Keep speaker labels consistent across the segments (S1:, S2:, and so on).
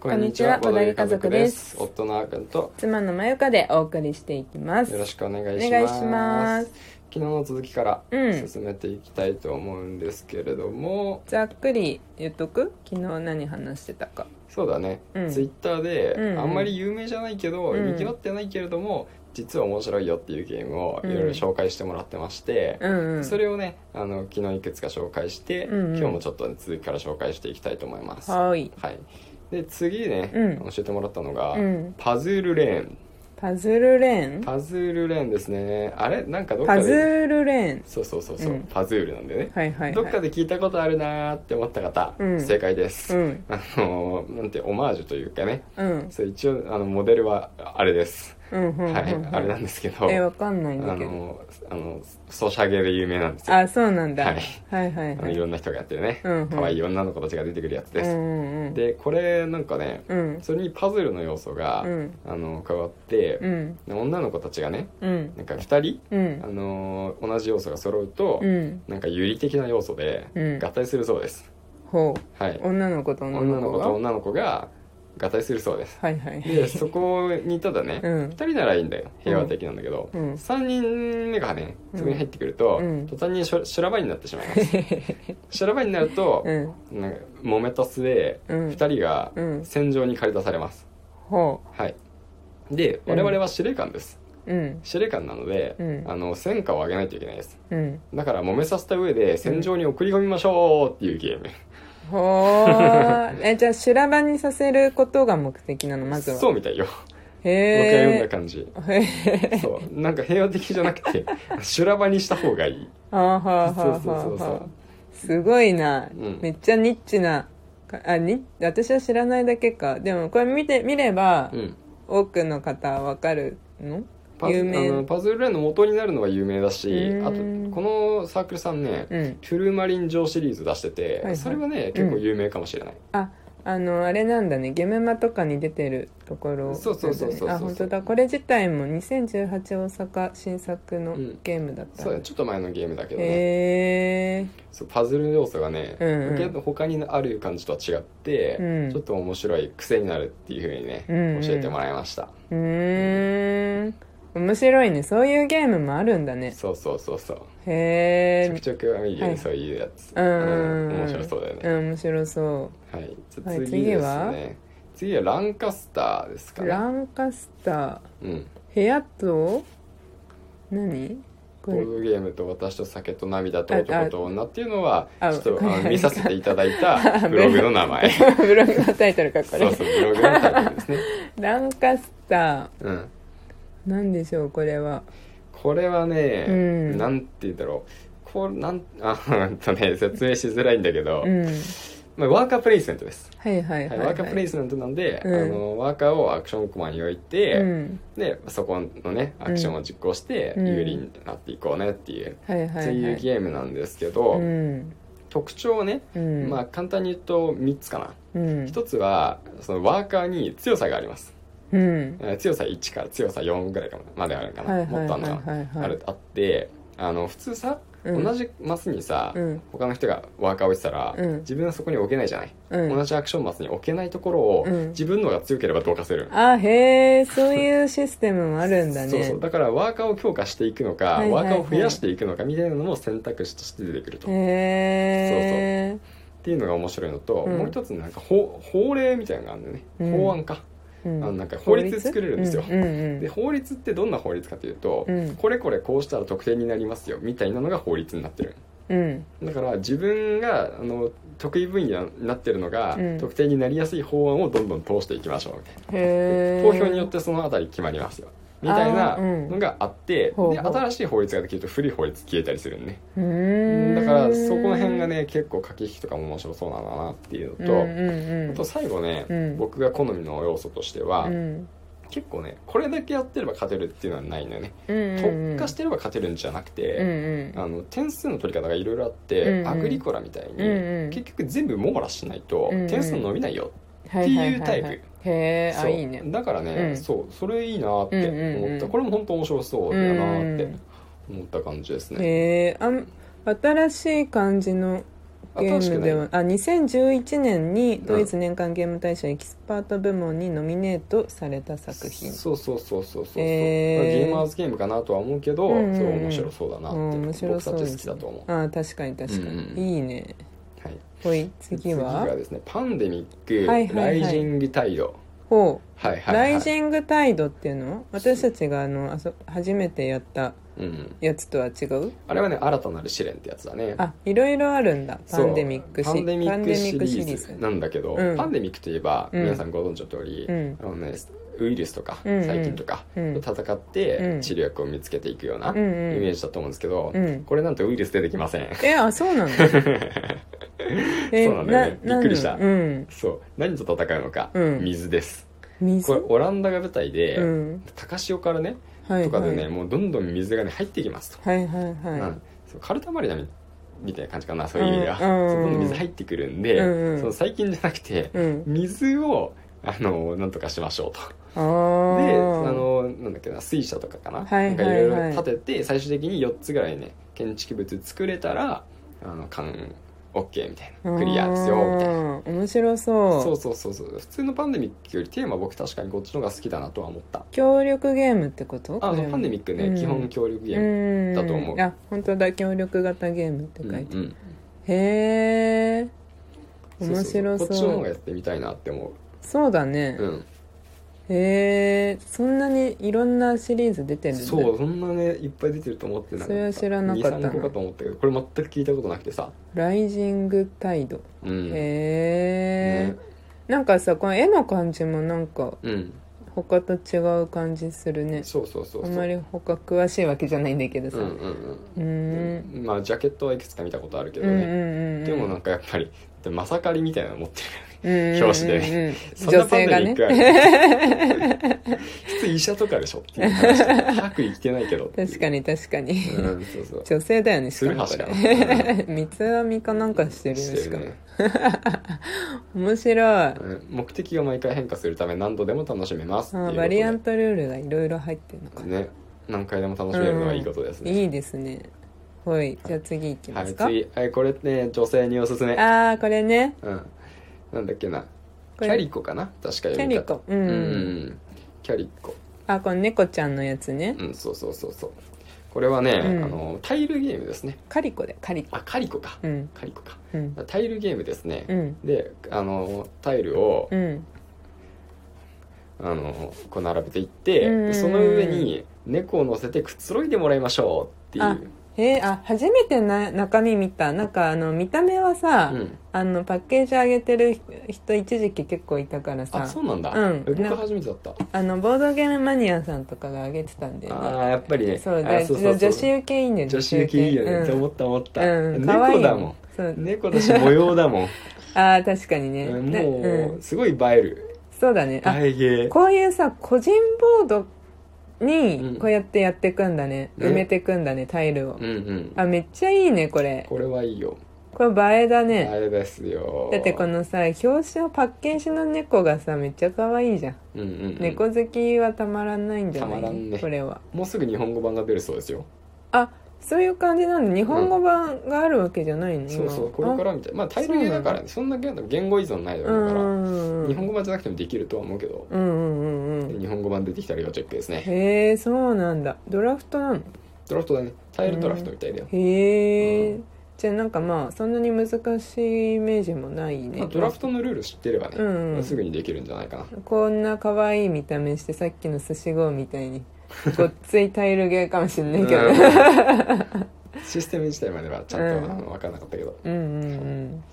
S1: こ
S2: んにちは
S1: ボドゲ
S2: ボ
S1: 夫のあーくんと
S2: 妻のまゆかでお送りしていきます
S1: よろしくお願い
S2: お
S1: し
S2: 願
S1: ま
S2: い
S1: す
S2: します
S1: 昨日の続きから
S2: うん
S1: 進めていきたいと思うんですけれども、
S2: ざっくり言っとく昨日何話してたか
S1: そうだね、
S2: うん
S1: ツイッターで、
S2: うんうん
S1: あんまり有名じゃないけど、
S2: うん
S1: にぎわってないけれども実は面白いよっていうゲームをいろいろ紹介してもらってまして、
S2: うんうん
S1: それをねあの昨日いくつか紹介して、
S2: うんうん
S1: 今日もちょっと、ね、続きから紹介していきたいと思います。
S2: はーい
S1: はい、で次ね、
S2: うん
S1: 教えてもらったのが、
S2: うん
S1: パズルレーン
S2: パズルレーン
S1: パズルレーンですねあれなんかどっか
S2: パズ
S1: で
S2: ルレーン
S1: そうそうそうそう、
S2: うん
S1: パズールなんでね、
S2: はいはいはい
S1: どっかで聞いたことあるなーって思った方、
S2: うん
S1: 正解です、
S2: うん
S1: あのーなんてオマージュというかね
S2: うん
S1: そう一応あのモデルはあれです、
S2: うんうんうんうん
S1: はい、あれなんですけど、
S2: えわかんな
S1: あ
S2: いんだけど
S1: のーあのソシャゲで有名なんですよ
S2: あそうなんだ
S1: は
S2: はいいはい
S1: あ
S2: は
S1: のい
S2: い
S1: ろんな人がやってるね
S2: うんうん
S1: 可愛い女の子たちが出てくるやつです、
S2: うんうん
S1: でこれなんかね
S2: うん
S1: それにパズルの要素が、
S2: うん
S1: あの加わって
S2: う、ん
S1: 女の子たちがね
S2: うん
S1: なんか2人、
S2: うん
S1: あのー同じ要素が揃うと、
S2: うん
S1: なんか有利的な要素で
S2: うん
S1: 合体するそうです、
S2: ほ
S1: は
S2: う
S1: い
S2: 女の子と女
S1: 女
S2: の
S1: の
S2: 子
S1: 子
S2: が
S1: と女の子が合体するそうです
S2: はいはい
S1: でそこにただね、
S2: う
S1: 二
S2: ん
S1: 2人ならいいんだよ平和的なんだけど、
S2: うん
S1: 三3人目がねそこに入ってくると、
S2: うん
S1: 途端にしょ修羅場になってしまい ます修羅場になると、
S2: うん
S1: なんか揉めた末、
S2: うん
S1: 2人が
S2: うん
S1: 戦場に駆り出されます、
S2: ほ
S1: はいで我々は司令官です、
S2: ううん
S1: 司令官なので、
S2: うん
S1: あの戦果を上げないといけないです
S2: うん
S1: だから揉めさせた上で戦場に送り込みましょうっていうゲーム、
S2: ほーえじゃあ修羅場にさせることが目的なのまずは
S1: そううみたいよ、僕が読んだ
S2: へ
S1: 感じ
S2: え
S1: そうなんか平和的じゃなくて修羅場にした方がいい
S2: あーはあはあ
S1: そうそ
S2: は
S1: うそう
S2: あ
S1: そ
S2: はあ
S1: う
S2: すごいな、
S1: うん
S2: めっちゃニッチなかあに私は知らないだけかでもこれ見て見れば、
S1: うん
S2: 多くの方わかるの
S1: パズ
S2: 有
S1: あの
S2: 名
S1: パズルレーンの元になるのは有名だし
S2: う
S1: あと
S2: ん
S1: このサークルさんね、
S2: うん
S1: トゥルーマリン城シリーズ出してて、
S2: はいはい
S1: それはね結構有名かもしれない、
S2: ああのあれなんだねゲメマとかに出てるところ
S1: そうそうそうそうそう
S2: あ本当だこれ自体も2018大阪新作の
S1: うん
S2: ゲームだった
S1: そうだねちょっと前のゲームだけどね、
S2: へえ
S1: そうパズル要素がね、
S2: うんうん
S1: けど他にある感じとは違って、
S2: うん
S1: ちょっと面白い癖になるっていうふうにね、
S2: うんうん
S1: 教えてもらいました
S2: うーん面白いねそういうゲームもあるんだね
S1: そうそうそうそうち
S2: へ
S1: ょく
S2: え
S1: ちょく見るよ
S2: は
S1: ね
S2: い
S1: そういうやつ、
S2: うんうんうん
S1: 面白そうだよね、
S2: うん面白そ
S1: はいじゃ
S2: は
S1: あ
S2: い
S1: 次で
S2: 次
S1: す
S2: は
S1: ね次はランカスターですか
S2: う
S1: ね
S2: ランカスタ
S1: うん、
S2: ー部屋と何こ
S1: ボ
S2: れ
S1: ードゲームと私と酒と涙と男と女っていうのはち
S2: あ
S1: ょっと
S2: これ
S1: あの見させていただい たブログの名前そ
S2: ブログのタイトルかこ
S1: う
S2: れ
S1: そうブログのタイトル ですね、
S2: ランカスター
S1: うん、
S2: 何でしょうこれは
S1: これはね、
S2: うん
S1: なんて言うんだろうこうなんあうんとね説明しづらいんだけど、
S2: うん
S1: まあ、ワーカープレイスメントです、
S2: はいはい
S1: は
S2: はいい、はい、
S1: ワーカープレイスメントなんで、
S2: うん
S1: あのワーカーをアクションコマに置いて、
S2: うん
S1: でそこのねアクションを実行して
S2: うん
S1: 有利になっていこうねっていう、
S2: はいはいはい
S1: そういうゲームなんですけど、
S2: うん
S1: 特徴をね、
S2: うん
S1: まあ簡単に言うと3つかな、
S2: うん
S1: 1つはそのワーカーに強さがあります
S2: うん
S1: えー強さ1から強さ4ぐらいかなまであるかな、
S2: はいはい
S1: もっとあるのかな
S2: はいはいはい
S1: あるあってあの普通さ、
S2: うん
S1: 同じマスにさ、
S2: うん
S1: 他の人がワーカーを置いてたら、
S2: うん
S1: 自分はそこに置けないじゃない、
S2: うん
S1: 同じアクションマスに置けないところを、
S2: うん
S1: 自分のが強ければどかせる、
S2: あへえそういうシステムもあるんだね
S1: そうそうだからワーカーを強化していくのか、
S2: はいはいはい
S1: ワーカーを増やしていくのかみたいなのも選択肢として出てくると、っ
S2: へえ
S1: ていうのが面白いのと、
S2: うん
S1: もう一つなんか法法令みたいなのがあるんだよね、
S2: うん
S1: 法案か、
S2: うん
S1: あのなんか法律作れるんですよ
S2: うんうん
S1: で法律ってどんな法律かというと、
S2: うん
S1: これこれこうしたら特定になりますよみたいなのが法律になってる
S2: うんうん
S1: だから自分があの得意分野になってるのが、
S2: うん
S1: 特定になりやすい法案をどんどん通していきましょうみたいな
S2: へえ
S1: 投票によってその辺り決まりますよみたいな
S2: あーうん
S1: のがあって、
S2: ほう
S1: で
S2: ほう
S1: 新しい法律ができると古い法律消えたりするんね
S2: うーん
S1: だからそこら辺がね結構駆け引きとかも面白そうなんだなっていうのと、
S2: うんうんうん
S1: あと最後ね、
S2: うん
S1: 僕が好みの要素としては、
S2: うん
S1: 結構ねこれだけやってれば勝てるっていうのはないんだよね
S2: うんうんうん
S1: 特化してれば勝てるんじゃなくて、
S2: うんうん
S1: あの点数の取り方がいろいろあって、
S2: うんうん
S1: アグリコラみたいに、
S2: うんうん
S1: 結局全部網羅しないと
S2: うんうん
S1: 点数伸びないよ、
S2: はいはいはいは
S1: ってい
S2: い
S1: うタイ
S2: へえあ
S1: そう
S2: いいね
S1: だからね、
S2: うん
S1: そうそれいいなって思った、
S2: うんうんうん
S1: これも本当面白そうだなっ
S2: う
S1: て
S2: ん
S1: 思った感じですね、
S2: へえあん新しい感じの
S1: あ
S2: ゲ
S1: 楽し
S2: ー
S1: く
S2: ム
S1: ない
S2: ではあ2011年にドイツ年間ゲーム大賞エキスパート部門にノミネートされた作品
S1: そうそうそうそうそうそう、
S2: えー
S1: ゲーマーズゲームかなとは思うけど、
S2: うんうんうん
S1: すごい面白そうだなって、
S2: うん面白そう
S1: 僕
S2: で
S1: たち好き
S2: す
S1: だと思う、
S2: ああ確かに確かに、
S1: うんうん
S2: いいね
S1: はい、
S2: ほい次は
S1: ですねパンデミック、
S2: はいはいはい
S1: ライジングタイド
S2: ほう
S1: はいはい、は
S2: ラ
S1: い、
S2: イジングタイドっていうの私たちがあのあそ初めてやった
S1: うん、
S2: やつとは違う
S1: あれはね新たなる試練ってやつだね
S2: あいろいろあるんだパ
S1: そう
S2: ンデミックシ
S1: パンデミックシリ
S2: パンデミックシ
S1: ーズなんだけど、
S2: うん
S1: パンデミックといえば、
S2: うん
S1: 皆さんご存知の通り、
S2: うん
S1: あのねウイルスとか
S2: うんうん
S1: 細菌とか
S2: うん
S1: と戦っ
S2: う
S1: て
S2: ん
S1: 治療薬を見つけていくようなイ
S2: ん
S1: メ
S2: うん
S1: ージだと思うんですけど、
S2: うん
S1: これなんとウイルス出てきません
S2: えあそうなんだえ
S1: そうなんだよねびっくりした
S2: うん
S1: そう何と戦うのか、
S2: うん
S1: 水です
S2: 水
S1: これオランダが舞台で、
S2: うん
S1: 高潮からね
S2: はい
S1: とか
S2: は
S1: で
S2: い
S1: ね、もうどんどん水がね入ってきますと、
S2: はいはいはい、
S1: うん、そうカルタマリナみみたいな感じかなそういう意味では、
S2: うんうん
S1: そうどんどん水入ってくるんで、
S2: うんうん
S1: その細菌じゃなくて、
S2: うん
S1: 水をあのなんとかしましょうと。で
S2: あ
S1: あ
S2: ー
S1: のなんだっけな水車とかかな,、
S2: はいはいはい
S1: なんかいろいろ建てて最終的に4つぐらいね建築物作れたらあの完 OK みたいなクリアですよみたいな。
S2: あー面白そう
S1: そうそうそうそう普通のパンデミックよりテーマ僕確かにこっちの方が好きだなとは思った
S2: 協力ゲームってこと
S1: あ
S2: こ
S1: の
S2: れ
S1: パンデミックね、
S2: うん
S1: 基本協力ゲーム、
S2: ム
S1: だと思うん
S2: あ本当だ協力型ゲームって書いてある、
S1: うんうん
S2: へえ面白そう
S1: こっちの方がやってみたいなって思
S2: そうだね、
S1: う、うん、
S2: へえそんなにいろんなシリーズ出てるんだ
S1: そうそんなねいっぱい出てると思ってなかった
S2: それは知らなかったな
S1: 23個かと思ったけどこれ全く聞いたことなくてさ
S2: ライジングタイド
S1: うん
S2: へえ、
S1: ね
S2: なんかさこの絵の感じもなんか
S1: うん
S2: 他と違う感じするね
S1: そうそうそうそう
S2: あんまり他詳しいわけじゃないんだけどさ
S1: うん
S2: う
S1: うん
S2: ー
S1: うん
S2: ん
S1: んまあジャケットはいくつか見たことあるけ
S2: うん
S1: ど
S2: うんうん
S1: ね、
S2: うん
S1: でもなんかやっぱりでまさかりみたいなの持ってるよね
S2: うん
S1: 表紙で
S2: ね
S1: そんな
S2: 女
S1: パン
S2: 性が
S1: デミッ
S2: ね
S1: クある普通医者とかでしょっていう話 白衣着てないけどっていう
S2: 確かに確かに、
S1: うんそうそう
S2: 女性だよねしかもこ
S1: 鶴橋
S2: れ 三つ編みかなんかしてるよ
S1: して
S2: し
S1: る
S2: かも
S1: ね、
S2: 面白い
S1: うん目的が毎回変化するため何度でも楽しめますっていう
S2: あ
S1: ことで
S2: バリアントルールがいろいろ入ってるのか
S1: ね何回でも楽しめるのはいいことですね、
S2: いいですねほいじゃあ次いき
S1: はい
S2: ますか、
S1: 次、はい、これね女性におすすめ
S2: ああこれね
S1: うんなんだっけな
S2: こ
S1: キ
S2: れ
S1: ャリコかな確か
S2: キ
S1: 読
S2: ャ
S1: み
S2: リ
S1: 方
S2: コうん、
S1: うんうんキャリコ
S2: あこの猫ちゃんのやつね、
S1: うんそうそうそうそうこれはね、
S2: うん
S1: あのタイルゲームですね
S2: カリコでカリコ
S1: あカリコか、
S2: うん
S1: カリコか
S2: うん
S1: タイルゲームですね、
S2: うん
S1: であのタイルを、
S2: うん
S1: あのこう並べていって、
S2: うんうんうん
S1: その上に猫を乗せてくつろいでもらいましょうってい
S2: あ
S1: う
S2: えー、あ初めてな中身見たなんかあの見た目はさ、
S1: うん
S2: あのパッケージ上げてる人一時期結構いたから
S1: あ
S2: さ
S1: そうなんだ、
S2: うん
S1: 僕
S2: な
S1: 初めてだった
S2: あのボードゲームマニアさんとかが上げてたんだよね
S1: ああやっぱりね
S2: そう
S1: あ
S2: だ
S1: そうそうそう
S2: 女子受けいいんだよね
S1: 女子受けいいよね、って思った思った、
S2: うん、うん、可愛い
S1: 猫だもん
S2: そう
S1: 猫だし模様だもん
S2: ああ確かにね、
S1: うん
S2: ね
S1: もう、
S2: うん、
S1: すごい映える
S2: そうだねあ
S1: 映え芸
S2: こういうさ個人ボード
S1: うん
S2: にこうやってやっていくんだね、
S1: ね
S2: 埋めていくんだねタイルを、
S1: うんうん
S2: あめっちゃいいねこれ
S1: これはいいよ
S2: これ映えだ
S1: 映
S2: ね、
S1: えですよ
S2: だってこのさ表紙のパッケージの猫がさめっちゃ可愛いじゃん、
S1: うんうんうん、
S2: 猫好きはたまらないんじゃな
S1: た
S2: い
S1: まらんね
S2: これは
S1: もうすぐ日本語版が出るそうですよ
S2: あそういう感じなんで日本語版があるわけじゃないの、
S1: そ
S2: 今
S1: うそうこれからみたいまあタイル芸だからねそんな言語依存ないだ
S2: う
S1: ろうから、
S2: んうんうん
S1: 日本語版じゃなくてもできるとは思うけど、
S2: うんうんうんうん
S1: 日本語版出てきたら要チェックですね
S2: へえそうなんだドラフトなの
S1: ドラフトだねタイルドラフトみたいだよ、
S2: へえ、
S1: う
S2: じゃあなんかまあそんなに難しいイメージもないね、
S1: まあ、ドラフトのルール知ってればね、
S2: うんうん
S1: すぐにできるんじゃないかな
S2: こんな可愛い見た目してさっきの寿司号みた いにごっついタイルゲーかもしんないけど、ね、
S1: うん システム自体まではちゃんと、
S2: うん
S1: あの分からなかったけど
S2: うんうんうん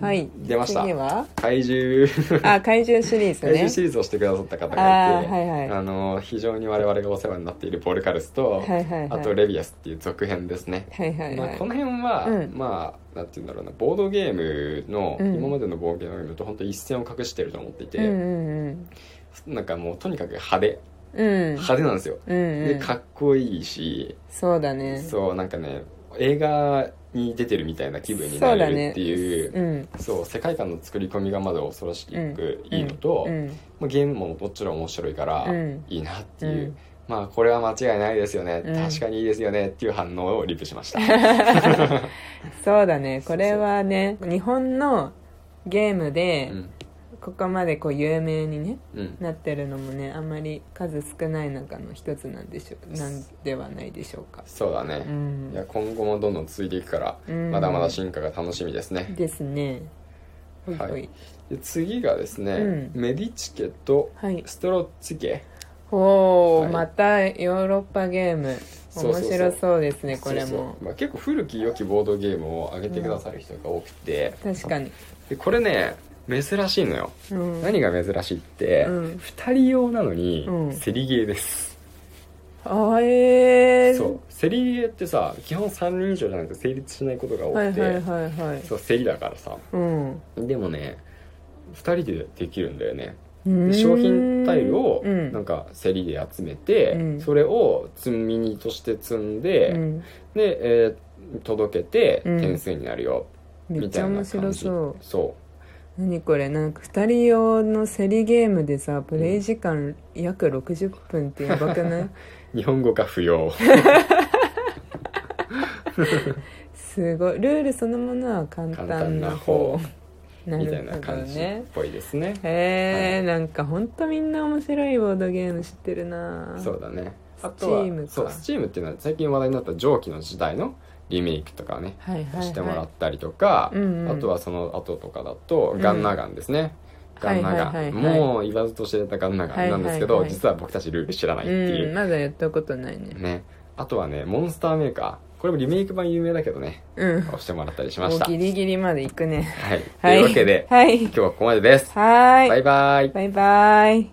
S2: はい
S1: 出ました
S2: 次は
S1: 怪獣
S2: あ怪獣シリーズ
S1: 怪
S2: ね
S1: 獣シリーズをしてくださった方がいて
S2: あーはいはい
S1: あの非常に我々がお世話になっているボルカルスと、
S2: はいはいはい
S1: あとレビアスっていう続編ですね、
S2: はいはい
S1: まあ
S2: は、い、
S1: この辺は、
S2: うん
S1: まあなんて言うんだろうなボードゲームの、
S2: うん
S1: 今までのボードゲームと本当一線を画してると思っていて、
S2: うんうん
S1: なんかもうとにかく派手
S2: うん
S1: 派手なんですよ、
S2: うんうんう
S1: で
S2: ん
S1: かっこいいし、
S2: そうだね
S1: そうなんかね映画に出てるみたいな気分になれるっていうそう,、
S2: うん
S1: 世界観の作り込みがまだ恐ろしくいいのと、
S2: うん
S1: まあ、ゲームももちろん面白いから
S2: うん
S1: いいなっていう、
S2: うん
S1: まあこれは間違いないですよね、
S2: うん
S1: 確かにいいですよねっていう反応をリプしました
S2: そうだねこれはね日本のゲーム
S1: う
S2: で
S1: ん
S2: ここまでこう有名にね
S1: うん
S2: なってるのもねあんまり数少ない中の一つなんでしょうなんではないでしょうか
S1: そうだ
S2: う
S1: ね、
S2: ん
S1: いや今後もどんどん続いていくから、
S2: うん
S1: まだまだ進化が楽しみですね
S2: ですねほいほ
S1: はいいで次がですね、
S2: うん
S1: メディチケと
S2: はい
S1: ストロッチケ
S2: おお、
S1: はい
S2: またヨーロッパゲーム
S1: そうそう
S2: 面
S1: そう
S2: 白そうですねこれ
S1: そ
S2: も
S1: うそうまあ、結構古き良きボードゲームを上げてくださる人が多くて、
S2: 確かに、
S1: でこれね珍しいのよ
S2: うん、
S1: 何が珍しいって、
S2: うん
S1: 2人用なのに
S2: うん
S1: 競りゲーです、
S2: あえー、
S1: そう競りゲーってさ基本3人以上じゃないと成立しないことが多
S2: はい
S1: くて、
S2: はいはいはい
S1: そう競りだからさ
S2: うん
S1: でもね2人でできるんだよね
S2: う
S1: で
S2: ーん
S1: 商品タイルを
S2: うん
S1: なんか競りで集めて、
S2: うん
S1: それを積み荷として積んで、
S2: うん
S1: で、えー届けて
S2: うん
S1: 点数になるよ、
S2: めっ
S1: み
S2: ち
S1: た
S2: ゃ
S1: いな
S2: 面
S1: 感じ
S2: 白そう
S1: そ
S2: 何これなんか2人用の競りゲームでさプレイ時間約60分ってやばく ない
S1: う日本語化不要
S2: すごいルールそのものは 簡
S1: 簡
S2: 単
S1: 単
S2: な
S1: な
S2: 方
S1: 方
S2: な
S1: みたい
S2: る
S1: な
S2: ほど
S1: 感じっ
S2: ね
S1: ぽいですね
S2: へえ、なんかほんとみんな面白いボードゲーム知ってるな
S1: そうだね
S2: ス
S1: あとは
S2: チームか
S1: そうスチームっていうのは最近話題になった蒸気の時代のリメイクとかね
S2: はいはい、はい、
S1: してもらったりとか、
S2: うんうん
S1: あとはその後とかだとガンナガンですね、ガンナガン、
S2: はいはいはいはい
S1: もう言わずと知れたガンナガンなんですけど、
S2: はいはいはい
S1: 実は僕たちルール知らないっていうう、
S2: んまだやったことないね
S1: ねあとはねモンスターメーカーこれもリメイク版有名だけどね
S2: うん
S1: 押してもらったりしま
S2: も
S1: し
S2: う
S1: た
S2: ギリギリまで行くね
S1: はい、と
S2: はい
S1: いうわけで、
S2: はい
S1: 今日はここまでです
S2: はーい
S1: バイバイ
S2: バイバイ